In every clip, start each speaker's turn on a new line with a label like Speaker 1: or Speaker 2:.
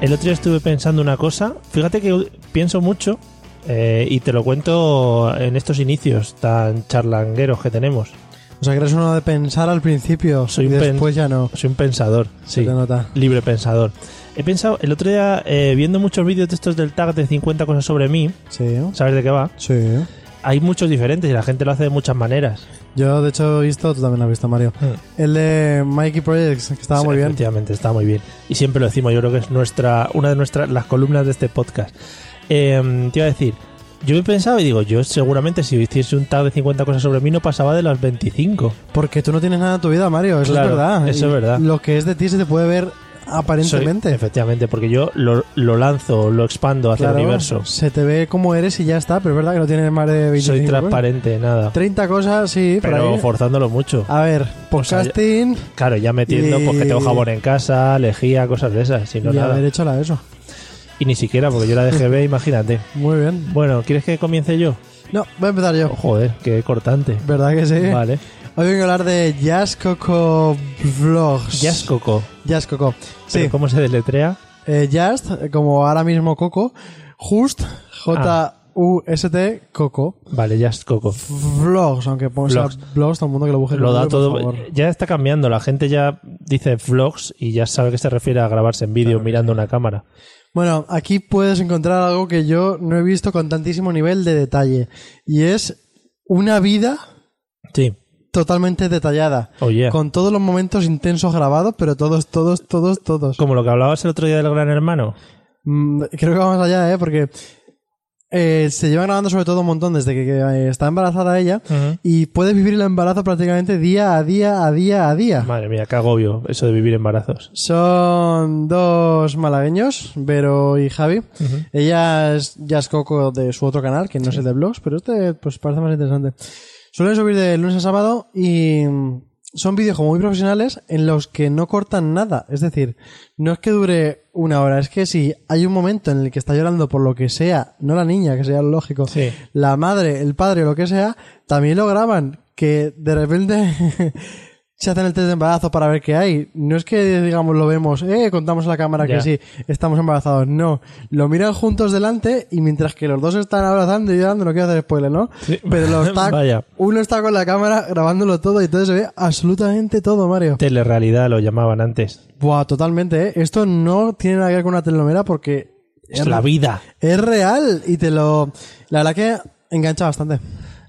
Speaker 1: El otro día estuve pensando una cosa. Fíjate que pienso mucho eh, y te lo cuento en estos inicios tan charlangueros que tenemos.
Speaker 2: O sea, que eres uno de pensar al principio
Speaker 1: Soy
Speaker 2: y
Speaker 1: un pen-
Speaker 2: después ya no.
Speaker 1: Soy un pensador,
Speaker 2: Se
Speaker 1: sí,
Speaker 2: te nota.
Speaker 1: libre pensador. He pensado, el otro día, eh, viendo muchos vídeos de estos del tag de 50 cosas sobre mí,
Speaker 2: Sí.
Speaker 1: ¿sabes de qué va?
Speaker 2: Sí.
Speaker 1: Hay muchos diferentes y la gente lo hace de muchas maneras.
Speaker 2: Yo, de hecho, he visto, tú también lo has visto, Mario. El de Mikey Projects, que estaba
Speaker 1: Mm. Sí,
Speaker 2: muy bien.
Speaker 1: Efectivamente, está muy bien. Y siempre lo decimos, yo creo que es nuestra, una de nuestras, las columnas de este podcast. Eh, te iba a decir, yo he pensado y digo, yo seguramente si hiciese un tag de 50 cosas sobre mí no pasaba de las 25.
Speaker 2: Porque tú no tienes nada en tu vida, Mario. Eso
Speaker 1: Claro,
Speaker 2: es verdad.
Speaker 1: eso
Speaker 2: Y
Speaker 1: es verdad.
Speaker 2: Lo que es de ti se te puede ver aparentemente.
Speaker 1: Soy- efectivamente, porque yo lo, lo lanzo, lo expando hacia
Speaker 2: Claro,
Speaker 1: el universo.
Speaker 2: Se te ve como eres y ya está, pero es verdad que no tienes más de 25.
Speaker 1: Soy
Speaker 2: cosas.
Speaker 1: transparente, nada.
Speaker 2: 30 cosas, sí, por
Speaker 1: Pero
Speaker 2: ahí.
Speaker 1: forzándolo mucho.
Speaker 2: A ver,
Speaker 1: sea,
Speaker 2: podcasting
Speaker 1: Claro, ya metiendo
Speaker 2: Y-
Speaker 1: pues que tengo jabón en casa, lejía, cosas de esas, si no
Speaker 2: y
Speaker 1: nada.
Speaker 2: haber hecho la eso.
Speaker 1: Y ni siquiera, porque yo la DGB, imagínate.
Speaker 2: Muy bien.
Speaker 1: Bueno, ¿quieres que comience yo? Oh,
Speaker 2: No, voy a empezar yo.
Speaker 1: Joder, qué cortante.
Speaker 2: ¿Verdad que sí?
Speaker 1: Vale.
Speaker 2: Hoy vengo a hablar de Jazz Coco Vlogs.
Speaker 1: Jazz Coco.
Speaker 2: Jazz Coco.
Speaker 1: Pero
Speaker 2: Sí,
Speaker 1: ¿Cómo se deletrea?
Speaker 2: eh, Just, eh, como ahora mismo Coco, Just, J-U-S-T, Coco.
Speaker 1: Vale, Jazz Coco.
Speaker 2: Vlogs, aunque pongas
Speaker 1: Vlogs.
Speaker 2: vlogs, todo el mundo que lo busque. en
Speaker 1: Lo da
Speaker 2: Google, por
Speaker 1: todo. eh.
Speaker 2: favor.
Speaker 1: Ya está cambiando. La gente ya dice vlogs y ya sabe que se refiere a grabarse en vídeo mirando una cámara.
Speaker 2: Bueno, aquí puedes encontrar algo que yo no he visto con tantísimo nivel de detalle. Y es una vida
Speaker 1: Sí.
Speaker 2: totalmente detallada.
Speaker 1: Oye.
Speaker 2: Con todos los momentos intensos grabados, pero todos, todos, todos, todos.
Speaker 1: Como lo que hablabas el otro día del Gran Hermano.
Speaker 2: Mm, creo que vamos allá, ¿eh? Porque eh, se lleva grabando sobre todo un montón desde que, que, eh, está embarazada ella
Speaker 1: Ujú.
Speaker 2: y puedes vivir el embarazo prácticamente día a día, a día, a día.
Speaker 1: Madre mía, qué agobio eso de vivir embarazos.
Speaker 2: Son dos malagueños, Vero y Javi. Ella es Jazz Coco de su otro canal, que no es el de blogs, pero este pues parece más interesante. Suelen subir de lunes a sábado y mm, son vídeos como muy profesionales en los que no cortan nada. Es decir, no es que dure una hora, es que si hay un momento en el que está llorando por lo que sea, no la niña, que sería lo lógico,
Speaker 1: Sí.
Speaker 2: la madre, el padre o lo que sea, también lo graban. Que de repente se hacen el test de embarazo para ver qué hay. No es que, digamos, lo vemos, eh, contamos a la cámara
Speaker 1: Ya.
Speaker 2: que sí, estamos embarazados. No. Lo miran juntos delante y mientras que los dos están abrazando y llorando, no quiero hacer spoiler, ¿no?
Speaker 1: Sí.
Speaker 2: Pero lo está-
Speaker 1: Vaya.
Speaker 2: uno está con la cámara grabándolo todo y todo se ve absolutamente todo, Mario.
Speaker 1: Telerrealidad lo llamaban antes.
Speaker 2: Buah, totalmente, ¿eh? Esto no tiene nada que ver con una telenovela porque
Speaker 1: Es la vida.
Speaker 2: es real y te lo... La verdad que engancha bastante.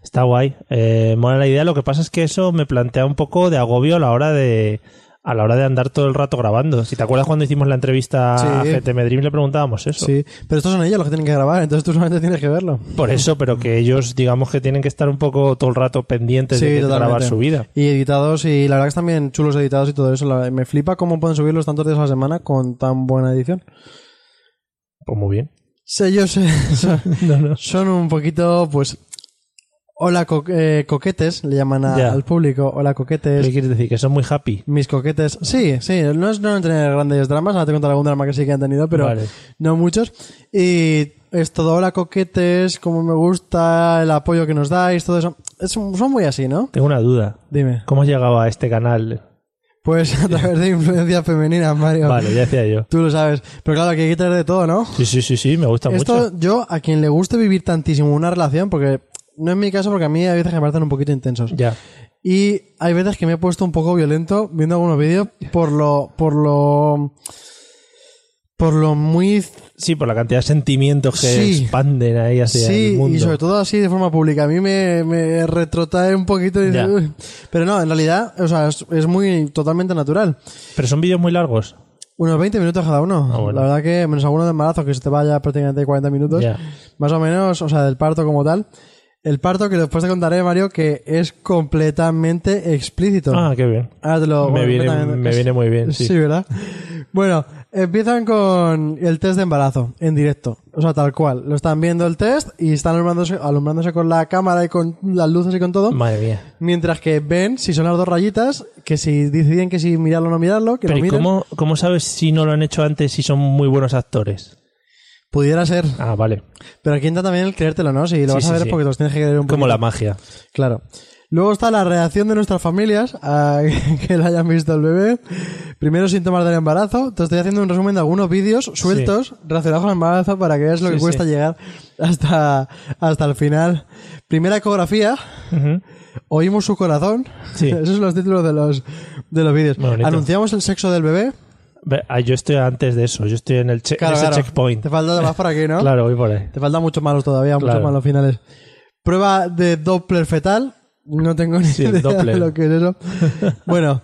Speaker 1: Está guay. Eh, mola la idea. Lo que pasa es que eso me plantea un poco de agobio a la hora de a la hora de andar todo el rato grabando. Si te acuerdas cuando hicimos la entrevista a
Speaker 2: Sí.
Speaker 1: GTM Dream le preguntábamos eso.
Speaker 2: Sí, pero estos son ellos los que tienen que grabar, entonces tú solamente tienes que verlo.
Speaker 1: Por eso, pero que ellos digamos que tienen que estar un poco todo el rato pendientes
Speaker 2: Sí,
Speaker 1: de que
Speaker 2: totalmente.
Speaker 1: grabar su vida.
Speaker 2: Y editados, y la verdad que están bien chulos editados y todo eso. La- me flipa cómo pueden subirlos tantos días a la semana con tan buena edición.
Speaker 1: Pues muy bien.
Speaker 2: Sí, ellos eh, son,
Speaker 1: No, no.
Speaker 2: son un poquito, pues... Hola co- eh, coquetes, le llaman a-
Speaker 1: Ya.
Speaker 2: al público. Hola coquetes.
Speaker 1: ¿Qué quieres decir? Que son muy happy.
Speaker 2: Mis coquetes. Sí, sí, no es no han tenido grandes dramas, ahora te contaré algún drama que sí que han tenido, pero
Speaker 1: Vale.
Speaker 2: no muchos. Y es todo, hola coquetes, como me gusta, el apoyo que nos dais, todo eso. Es un- son muy así, ¿no?
Speaker 1: Tengo una duda.
Speaker 2: Dime.
Speaker 1: ¿Cómo has llegado a este canal?
Speaker 2: Pues a través de influencias femeninas, Mario.
Speaker 1: Vale, ya decía yo.
Speaker 2: Tú lo sabes. Pero claro, que hay que tener de todo, ¿no?
Speaker 1: Sí, sí, sí, sí, me gusta
Speaker 2: Esto,
Speaker 1: mucho.
Speaker 2: yo, a quien le guste vivir tantísimo una relación, porque no es mi caso, porque a mí a veces me parecen un poquito intensos.
Speaker 1: Ya.
Speaker 2: Y hay veces que me he puesto un poco violento viendo algunos vídeos por lo. por lo. por lo muy.
Speaker 1: Sí, por la cantidad de sentimientos que
Speaker 2: Sí.
Speaker 1: expanden ahí hacia el
Speaker 2: sí,
Speaker 1: mundo.
Speaker 2: y sobre todo así de forma pública. A mí me, me retrotrae un poquito. y-
Speaker 1: Ya.
Speaker 2: Pero no, en realidad, o sea, es, es muy. totalmente natural.
Speaker 1: Pero son vídeos muy largos.
Speaker 2: Unos 20 minutos cada uno.
Speaker 1: Ah, bueno.
Speaker 2: La verdad que, menos alguno de embarazo, que se te vaya prácticamente 40 minutos.
Speaker 1: Ya.
Speaker 2: Más o menos, o sea, del parto como tal. El parto que después te contaré, Mario, que es completamente explícito.
Speaker 1: Ah, qué bien.
Speaker 2: Ahora te lo...
Speaker 1: me
Speaker 2: bueno,
Speaker 1: viene,
Speaker 2: completamente-
Speaker 1: me viene muy bien, sí.
Speaker 2: Sí, ¿verdad? Bueno, empiezan con el test de embarazo en directo. O sea, tal cual. Lo están viendo el test y están alumbrándose, alumbrándose con la cámara y con las luces y con todo.
Speaker 1: Madre mía.
Speaker 2: Mientras que ven si son las dos rayitas, que si deciden que si mirarlo o no mirarlo, que
Speaker 1: Pero
Speaker 2: lo
Speaker 1: ¿y
Speaker 2: miren.
Speaker 1: cómo, cómo sabes si no lo han hecho antes si son muy buenos actores?
Speaker 2: Pudiera ser.
Speaker 1: Ah, vale.
Speaker 2: Pero aquí entra también el creértelo, ¿no? Si lo
Speaker 1: Sí,
Speaker 2: vas a
Speaker 1: sí,
Speaker 2: ver es
Speaker 1: sí.
Speaker 2: porque te los tienes que creer un poco.
Speaker 1: Como la magia.
Speaker 2: Claro. Luego está la reacción de nuestras familias a que le hayan visto al bebé. Primeros síntomas del embarazo. Te estoy haciendo un resumen de algunos vídeos sueltos relacionados con el embarazo para que veas lo que
Speaker 1: Sí,
Speaker 2: cuesta
Speaker 1: sí.
Speaker 2: llegar hasta, hasta el final. Primera ecografía.
Speaker 1: Ujú.
Speaker 2: Oímos su corazón.
Speaker 1: Sí.
Speaker 2: Esos son los títulos de los, de los vídeos.
Speaker 1: Muy bonito.
Speaker 2: Anunciamos el sexo del bebé.
Speaker 1: Ve- ah, yo estoy antes de eso. Yo estoy en el che- en ese checkpoint.
Speaker 2: Te falta más por aquí, ¿no?
Speaker 1: Claro, voy por ahí.
Speaker 2: Te faltan muchos malos todavía, muchos
Speaker 1: Claro.
Speaker 2: malos finales. Prueba de Doppler fetal. No tengo ni
Speaker 1: Sí, el
Speaker 2: idea de
Speaker 1: Doppler.
Speaker 2: lo que es eso. bueno,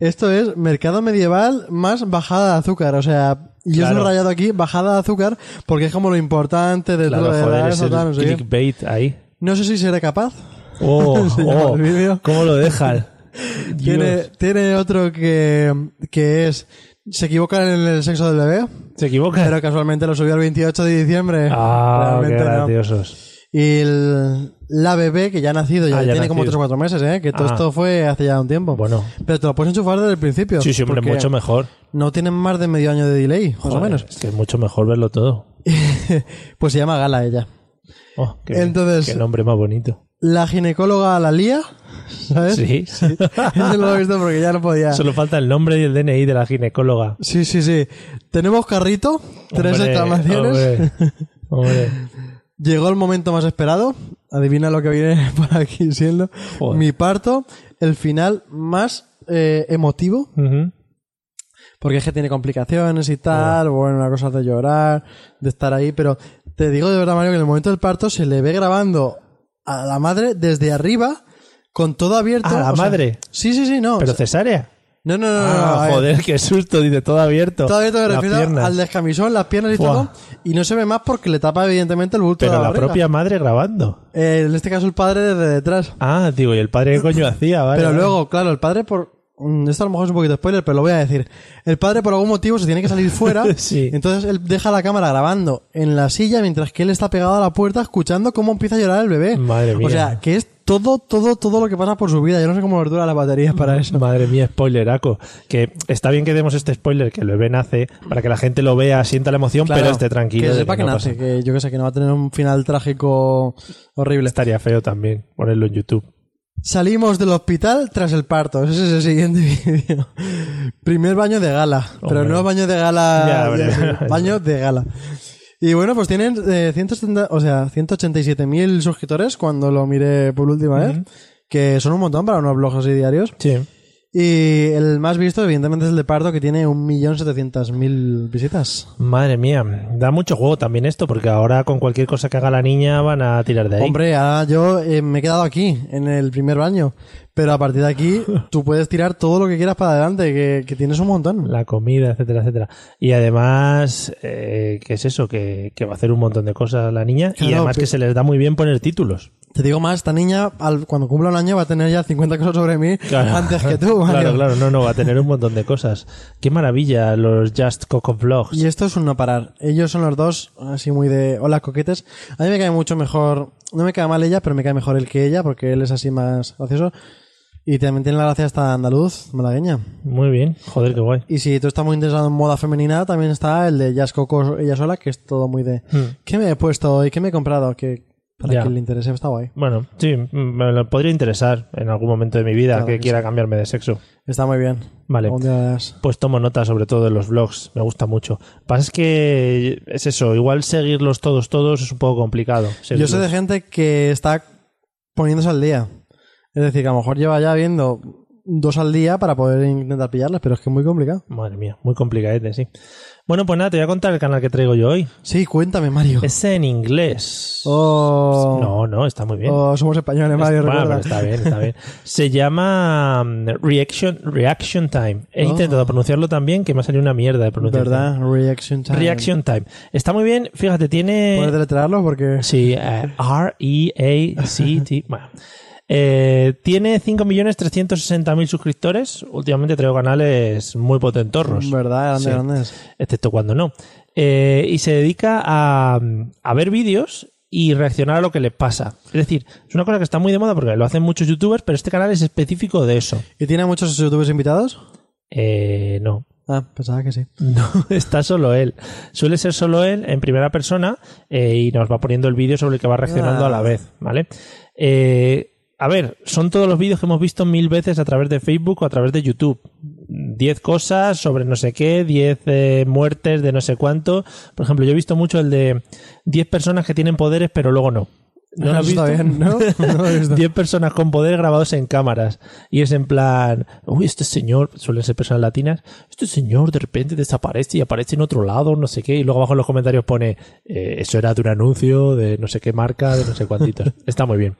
Speaker 2: esto es mercado medieval más bajada de azúcar. O sea, y yo
Speaker 1: Claro.
Speaker 2: he rayado aquí bajada de azúcar porque es como lo importante de
Speaker 1: Claro,
Speaker 2: todo de
Speaker 1: joder,
Speaker 2: la
Speaker 1: es
Speaker 2: eso, tal,
Speaker 1: el
Speaker 2: no, sé qué.
Speaker 1: clickbait ahí.
Speaker 2: No sé si seré capaz.
Speaker 1: Oh,
Speaker 2: Se llama
Speaker 1: oh,
Speaker 2: el vídeo.
Speaker 1: ¿cómo lo dejan?
Speaker 2: Tiene,
Speaker 1: Dios.
Speaker 2: tiene otro que, que es. Se equivocan en el sexo del bebé,
Speaker 1: Se equivoca.
Speaker 2: pero casualmente lo subió el 28 de diciembre.
Speaker 1: ah, qué
Speaker 2: Realmente no.
Speaker 1: graciosos.
Speaker 2: Y el- la bebé que ya ha nacido, ya,
Speaker 1: Ah, ya ha
Speaker 2: tiene como
Speaker 1: nacido.
Speaker 2: 3 o 4 meses, ¿eh? que todo
Speaker 1: Ah.
Speaker 2: esto fue hace ya un tiempo.
Speaker 1: Bueno.
Speaker 2: Pero te lo puedes enchufar desde el principio.
Speaker 1: Sí, sí, hombre,
Speaker 2: porque
Speaker 1: mucho mejor.
Speaker 2: No tienen más de medio año de delay, más o
Speaker 1: Joder,
Speaker 2: menos.
Speaker 1: Es que es mucho mejor verlo todo.
Speaker 2: pues se llama Gala ella.
Speaker 1: Oh, qué, bien,
Speaker 2: Entonces-
Speaker 1: qué nombre más bonito.
Speaker 2: La ginecóloga la lía, ¿sabes?
Speaker 1: Sí.
Speaker 2: Eso lo he visto porque ya no podía.
Speaker 1: Solo falta el nombre y el DNI de la ginecóloga.
Speaker 2: Sí, sí, sí. Tenemos carrito, tres
Speaker 1: Hombre,
Speaker 2: exclamaciones.
Speaker 1: Hombre, hombre.
Speaker 2: Llegó el momento más esperado. Adivina lo que viene por aquí siendo.
Speaker 1: Joder.
Speaker 2: Mi parto, el final más eh, emotivo
Speaker 1: Ujú.
Speaker 2: porque es que tiene complicaciones y tal, bueno, una cosa de llorar, de estar ahí, pero te digo de verdad, Mario, que en el momento del parto se le ve grabando a la madre desde arriba, con todo abierto.
Speaker 1: ¿A la
Speaker 2: o sea-
Speaker 1: madre?
Speaker 2: sí, sí, sí, no.
Speaker 1: Pero
Speaker 2: o sea,
Speaker 1: cesárea.
Speaker 2: no, no, no, no, no, a
Speaker 1: Ah,
Speaker 2: ver,
Speaker 1: joder, qué susto, dice todo abierto.
Speaker 2: Todo abierto me
Speaker 1: Las
Speaker 2: refiero
Speaker 1: piernas.
Speaker 2: al descamisón, las piernas y
Speaker 1: Buah.
Speaker 2: todo, y no se ve más porque le tapa evidentemente el bulto de
Speaker 1: Pero la
Speaker 2: la, barriga.
Speaker 1: propia madre grabando.
Speaker 2: Eh, en este caso el padre desde detrás.
Speaker 1: Ah, digo, ¿y el padre qué coño hacía? Vale,
Speaker 2: Pero
Speaker 1: vale.
Speaker 2: luego, claro, el padre por... mm, Esto a lo mejor es un poquito spoiler, pero lo voy a decir. El padre por algún motivo se tiene que salir fuera.
Speaker 1: Sí.
Speaker 2: Entonces él deja la cámara grabando en la silla mientras que él está pegado a la puerta escuchando cómo empieza a llorar el bebé.
Speaker 1: Madre mía.
Speaker 2: O sea, que es todo, todo, todo lo que pasa por su vida. Yo no sé cómo nos dura las baterías para eso.
Speaker 1: Madre mía, spoileraco. Que está bien que demos este spoiler, que el bebé nace, para que la gente lo vea, sienta la emoción,
Speaker 2: Claro,
Speaker 1: pero esté tranquilo.
Speaker 2: Que
Speaker 1: de
Speaker 2: sepa que,
Speaker 1: no
Speaker 2: nace,
Speaker 1: pasa.
Speaker 2: que yo que sé, que no va a tener un final trágico horrible.
Speaker 1: Estaría feo también ponerlo en YouTube.
Speaker 2: Salimos del hospital tras el parto. Ese es el siguiente vídeo. Primer baño de gala. Pero
Speaker 1: Hombre.
Speaker 2: no baño de gala.
Speaker 1: Ya, hombre.
Speaker 2: sí, baño de gala. Y bueno, pues tienen eh, 170, o sea, 187.000 suscriptores cuando lo miré por última vez. Que son un montón para unos blogs así diarios.
Speaker 1: Sí.
Speaker 2: Y el más visto, evidentemente, es el de parto, que tiene 1.700.000 visitas.
Speaker 1: Madre mía, da mucho juego también esto, porque ahora con cualquier cosa que haga la niña van a tirar de ahí.
Speaker 2: Hombre, ahora yo eh, me he quedado aquí, en el primer baño. Pero a partir de aquí, tú puedes tirar todo lo que quieras para adelante, que, que tienes un montón.
Speaker 1: La comida, etcétera, etcétera. Y además, eh, ¿qué es eso? Que, que va a hacer un montón de cosas la niña. y
Speaker 2: Claro,
Speaker 1: además
Speaker 2: pero-
Speaker 1: que se les da muy bien poner títulos.
Speaker 2: Te digo más, esta niña, al- cuando cumpla un año, va a tener ya 50 cosas sobre mí
Speaker 1: Claro.
Speaker 2: antes que tú. Mario.
Speaker 1: Claro, claro, no, no, va a tener un montón de cosas. Qué maravilla los Just Coco Vlogs.
Speaker 2: Y esto es un no parar. Ellos son los dos, así muy de hola coquetes. A mí me cae mucho mejor, no me cae mal ella, pero me cae mejor él que ella, porque él es así más gracioso. Y también tiene la gracia hasta andaluz, malagueña.
Speaker 1: Muy bien, joder, qué guay.
Speaker 2: Y si tú estás muy interesado en moda femenina, también está el de Jazz Coco, ella sola, que es todo muy de ¿qué me he puesto hoy? ¿Qué me he comprado? Que para
Speaker 1: Hmm. Ya.
Speaker 2: que le interese, está guay.
Speaker 1: Bueno, sí, me lo podría interesar en algún momento de mi vida
Speaker 2: Claro
Speaker 1: que
Speaker 2: que
Speaker 1: quiera cambiarme de sexo.
Speaker 2: Está muy bien.
Speaker 1: Vale.
Speaker 2: Un día verás.
Speaker 1: Pues tomo nota sobre todo de los vlogs, me gusta mucho. Pasa es que es eso, igual seguirlos todos todos es un poco complicado.
Speaker 2: Yo
Speaker 1: seguirlos.
Speaker 2: sé de gente que está poniéndose al día. Es decir, que a lo mejor lleva ya viendo dos al día para poder intentar pillarlas, pero es que es muy complicado.
Speaker 1: Madre mía, muy complicadete, sí. Bueno, pues nada, te voy a contar el canal que traigo yo hoy.
Speaker 2: Sí, cuéntame, Mario.
Speaker 1: Es en inglés.
Speaker 2: Oh,
Speaker 1: No, no, está muy bien.
Speaker 2: oh, somos españoles, Mario,
Speaker 1: Bueno,
Speaker 2: recuerda.
Speaker 1: pero está bien, está bien. Se llama mm, Reaction, Reaction Time. He
Speaker 2: Oh.
Speaker 1: intentado pronunciarlo también, que me ha salido una mierda de pronunciar.
Speaker 2: ¿Verdad? Reaction time.
Speaker 1: Reaction Time. Está muy bien, fíjate, tiene...
Speaker 2: ¿Puedes deletrearlo? Porque...
Speaker 1: Sí, eh, E R-E-A-C-T. Bueno. Eh, tiene 5.360.000 suscriptores. Últimamente traigo canales muy potentorros.
Speaker 2: ¿Verdad? Grandes,
Speaker 1: Sí.
Speaker 2: grandes.
Speaker 1: Excepto cuando no. Eh, y se dedica a, a ver vídeos y reaccionar a lo que les pasa. Es decir, es una cosa que está muy de moda porque lo hacen muchos youtubers, pero este canal es específico de eso.
Speaker 2: ¿Y tiene muchos youtubers invitados?
Speaker 1: Eh, no.
Speaker 2: Ah, pensaba que sí.
Speaker 1: No, está solo él. Suele ser solo él en primera persona eh, y nos va poniendo el vídeo sobre el que va reaccionando
Speaker 2: Ah.
Speaker 1: a la vez, ¿vale? Eh, a ver, son todos los vídeos que hemos visto mil veces a través de Facebook o a través de YouTube. Diez cosas sobre no sé qué, diez eh, muertes de no sé cuánto. Por ejemplo, yo he visto mucho el de diez personas que tienen poderes pero luego no. ¿No lo has
Speaker 2: Eso Ah, está
Speaker 1: visto?
Speaker 2: bien, ¿no? No lo he visto.
Speaker 1: 10 personas con poder grabados en cámaras. Y es en plan, uy, este señor, suelen ser personas latinas, este señor de repente desaparece y aparece en otro lado, no sé qué. Y luego abajo en los comentarios pone, "Eh, eso era de un anuncio de no sé qué marca, de no sé cuántitos. Está muy bien.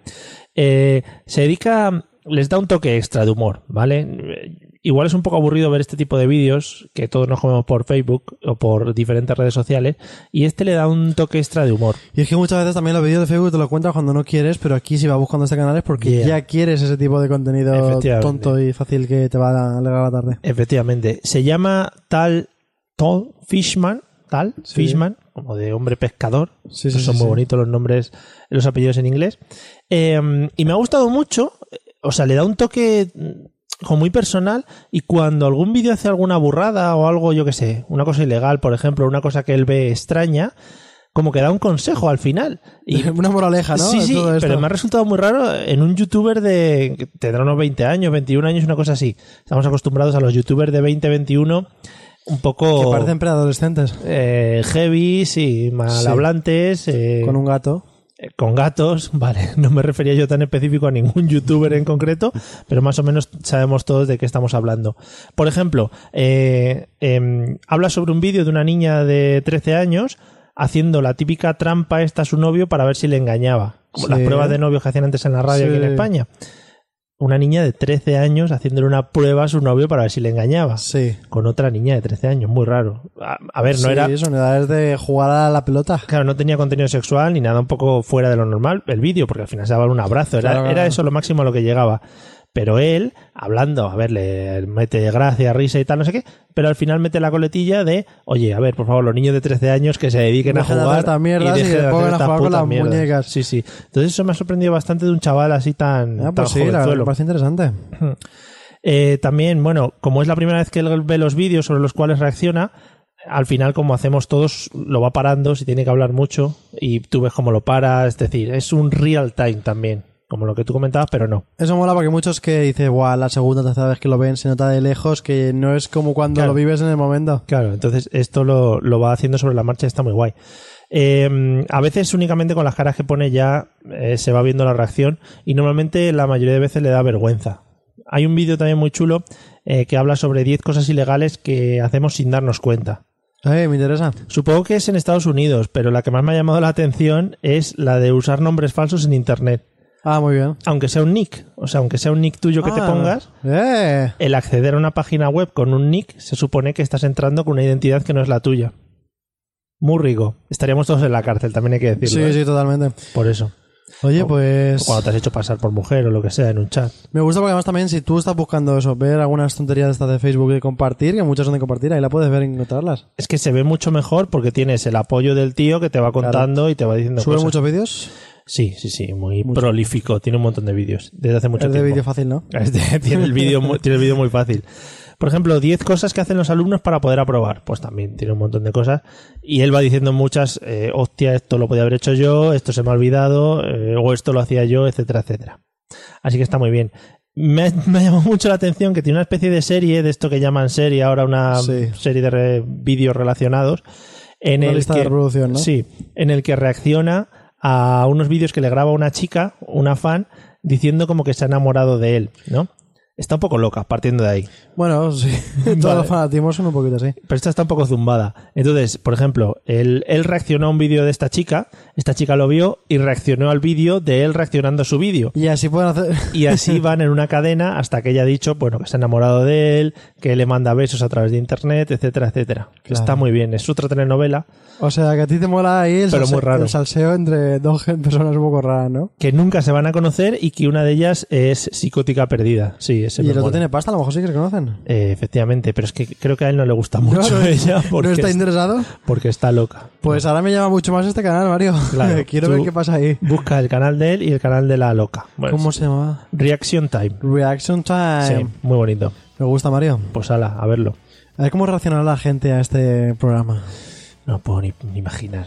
Speaker 1: Eh, se dedica, les da un toque extra de humor, ¿vale? Eh, Igual es un poco aburrido ver este tipo de vídeos que todos nos comemos por Facebook o por diferentes redes sociales y este le da un toque extra de humor.
Speaker 2: Y es que muchas veces también los vídeos de Facebook te lo cuentas cuando no quieres, pero aquí si vas buscando este canal es porque
Speaker 1: Yeah.
Speaker 2: ya quieres ese tipo de contenido
Speaker 1: Efectivamente.
Speaker 2: tonto y fácil que te va a alegrar la tarde.
Speaker 1: Efectivamente. Se llama tal Tall Fishman, tal
Speaker 2: Sí.
Speaker 1: Fishman, como de hombre pescador.
Speaker 2: Sí, sí,
Speaker 1: Esos Pues
Speaker 2: sí,
Speaker 1: son muy
Speaker 2: sí.
Speaker 1: bonitos los nombres, los apellidos en inglés. Eh, y me ha gustado mucho. eh, O sea, le da un toque mm, como muy personal y cuando algún vídeo hace alguna burrada o algo, yo qué sé, una cosa ilegal, por ejemplo, una cosa que él ve extraña, como que da un consejo al final. Y
Speaker 2: Una moraleja, Ah, ¿no?
Speaker 1: Sí, sí,
Speaker 2: Todo esto.
Speaker 1: pero me ha resultado muy raro en un youtuber de. que tendrá unos 20 años, 21 años, una cosa así. Estamos acostumbrados a los youtubers de 20, 21, un poco.
Speaker 2: Que parecen preadolescentes.
Speaker 1: eh, heavy, sí, malhablantes. eh,
Speaker 2: Con un gato.
Speaker 1: eh, con gatos, vale, no me refería yo tan específico a ningún youtuber en concreto, pero más o menos sabemos todos de qué estamos hablando. Por ejemplo, eh, em, habla sobre un vídeo de una niña de 13 años haciendo la típica trampa esta a su novio para ver si le engañaba, como
Speaker 2: Sí.
Speaker 1: las pruebas de novios que hacían antes en la radio
Speaker 2: Sí.
Speaker 1: aquí en España. Una niña de 13 años haciéndole una prueba a su novio para ver si le engañaba.
Speaker 2: Sí.
Speaker 1: Con otra niña de 13 años, muy raro. A, a ver, no
Speaker 2: Sí,
Speaker 1: era
Speaker 2: son edades de jugar a la pelota.
Speaker 1: Claro, no tenía contenido sexual ni nada un poco fuera de lo normal el vídeo, porque al final se daba un abrazo. Era,
Speaker 2: Claro, claro.
Speaker 1: era eso lo máximo a lo que llegaba. Pero él, hablando, a ver, le mete gracia, risa y tal, no sé qué, pero al final mete la coletilla de, oye, a ver, por favor, los niños de 13 años que se dediquen
Speaker 2: Dejen de
Speaker 1: a
Speaker 2: hacer
Speaker 1: jugar.
Speaker 2: estas mierdas y
Speaker 1: dejen
Speaker 2: que
Speaker 1: de hacer
Speaker 2: pongan a
Speaker 1: estas
Speaker 2: jugar con
Speaker 1: putas
Speaker 2: las
Speaker 1: mierdas".
Speaker 2: muñecas.
Speaker 1: Sí, sí. Entonces eso me ha sorprendido bastante de un chaval así tan,
Speaker 2: Ah,
Speaker 1: tan
Speaker 2: pues sí, la verdad,
Speaker 1: jovenzuelo.
Speaker 2: me parece interesante.
Speaker 1: Eh, también, bueno, como es la primera vez que él ve los vídeos sobre los cuales reacciona, al final, como hacemos todos, lo va parando si tiene que hablar mucho y tú ves cómo lo para. Es decir, es un real time también, como lo que tú comentabas, pero no.
Speaker 2: Eso mola porque muchos que dicen, guau, la segunda o tercera vez que lo ven se nota de lejos que no es como cuando
Speaker 1: Claro.
Speaker 2: lo vives en el momento.
Speaker 1: Claro, entonces esto lo, lo va haciendo sobre la marcha, está muy guay. Eh, a veces únicamente con las caras que pone ya eh, se va viendo la reacción y normalmente la mayoría de veces le da vergüenza. Hay un vídeo también muy chulo eh, que habla sobre 10 cosas ilegales que hacemos sin darnos cuenta.
Speaker 2: Eh, me interesa.
Speaker 1: Supongo que es en Estados Unidos, pero la que más me ha llamado la atención es la de usar nombres falsos en internet.
Speaker 2: Ah, muy bien.
Speaker 1: Aunque sea un nick, o sea, aunque sea un nick tuyo que te
Speaker 2: Ah,
Speaker 1: pongas,
Speaker 2: Eh.
Speaker 1: el acceder a una página web con un nick se supone que estás entrando con una identidad que no es la tuya. Muy rico. Estaríamos todos en la cárcel, también hay que decirlo.
Speaker 2: Sí,
Speaker 1: ¿eh? Oh,
Speaker 2: sí, totalmente.
Speaker 1: Por eso.
Speaker 2: Oye,
Speaker 1: O-
Speaker 2: pues.
Speaker 1: Cuando te has hecho pasar por mujer o lo que sea en un chat.
Speaker 2: Me gusta porque además también si tú estás buscando eso, ver algunas tonterías estas de Facebook de compartir, que muchas son de compartir, ahí la puedes ver y encontrarlas.
Speaker 1: Es que se ve mucho mejor porque tienes el apoyo del tío que te va contando y te va diciendo
Speaker 2: Sube
Speaker 1: cosas.
Speaker 2: muchos vídeos.
Speaker 1: Sí, sí, sí, muy prolífico. Tiene un montón de vídeos desde hace mucho
Speaker 2: Es de
Speaker 1: tiempo.
Speaker 2: vídeo fácil, ¿no?
Speaker 1: Este, tiene el vídeo muy, tiene el vídeo muy fácil. Por ejemplo, 10 cosas que hacen los alumnos para poder aprobar. Pues también tiene un montón de cosas. Y él va diciendo muchas, eh, hostia, esto lo podía haber hecho yo, esto se me ha olvidado, eh, o esto lo hacía yo, etcétera, etcétera. Así que está muy bien. Me ha, me ha llamado mucho la atención que tiene una especie de serie, de esto que llaman serie, ahora una
Speaker 2: Sí.
Speaker 1: serie de re- vídeos relacionados. En
Speaker 2: Una
Speaker 1: el
Speaker 2: lista
Speaker 1: que,
Speaker 2: de reproducción, ¿no?
Speaker 1: Sí, en el que reacciona a unos vídeos que le graba una chica, una fan, diciendo como que se ha enamorado de él, ¿no? Está un poco loca, partiendo de ahí.
Speaker 2: Bueno, sí. Todos
Speaker 1: Vale.
Speaker 2: los fanatismos son un poquito así.
Speaker 1: Pero esta está un poco zumbada. Entonces, por ejemplo, él, él reaccionó a un vídeo de esta chica, esta chica lo vio y reaccionó al vídeo de él reaccionando a su vídeo.
Speaker 2: Y así pueden hacer.
Speaker 1: Y así van en una cadena hasta que ella ha dicho, bueno, que se ha enamorado de él, que le manda besos a través de internet, etcétera, etcétera. Que
Speaker 2: Claro.
Speaker 1: Está muy bien, es otra telenovela
Speaker 2: O sea, que a ti te mola ahí el,
Speaker 1: Pero
Speaker 2: salse-
Speaker 1: muy raro.
Speaker 2: el salseo entre dos gen- personas un poco raras, ¿no?
Speaker 1: que nunca se van a conocer y que una de ellas es psicótica perdida. Sí, ese
Speaker 2: y
Speaker 1: me
Speaker 2: el otro
Speaker 1: mola.
Speaker 2: tiene pasta, a lo mejor sí que se conocen.
Speaker 1: Eh, efectivamente, pero es que creo que a él no le gusta mucho
Speaker 2: No, no,
Speaker 1: ella porque,
Speaker 2: ¿No está
Speaker 1: es-
Speaker 2: interesado?
Speaker 1: porque está loca.
Speaker 2: Pues ahora me llama mucho más este canal, Mario.
Speaker 1: Claro,
Speaker 2: Quiero
Speaker 1: tú-
Speaker 2: ver qué pasa ahí.
Speaker 1: Busca el canal de él y el canal de la loca. Bueno,
Speaker 2: ¿Cómo se llama?
Speaker 1: Reaction Time.
Speaker 2: Reaction Time.
Speaker 1: Sí, muy bonito.
Speaker 2: Me gusta, Mario.
Speaker 1: Pues ala, a verlo.
Speaker 2: A ver cómo reacciona la gente a este programa.
Speaker 1: No puedo ni, ni imaginar.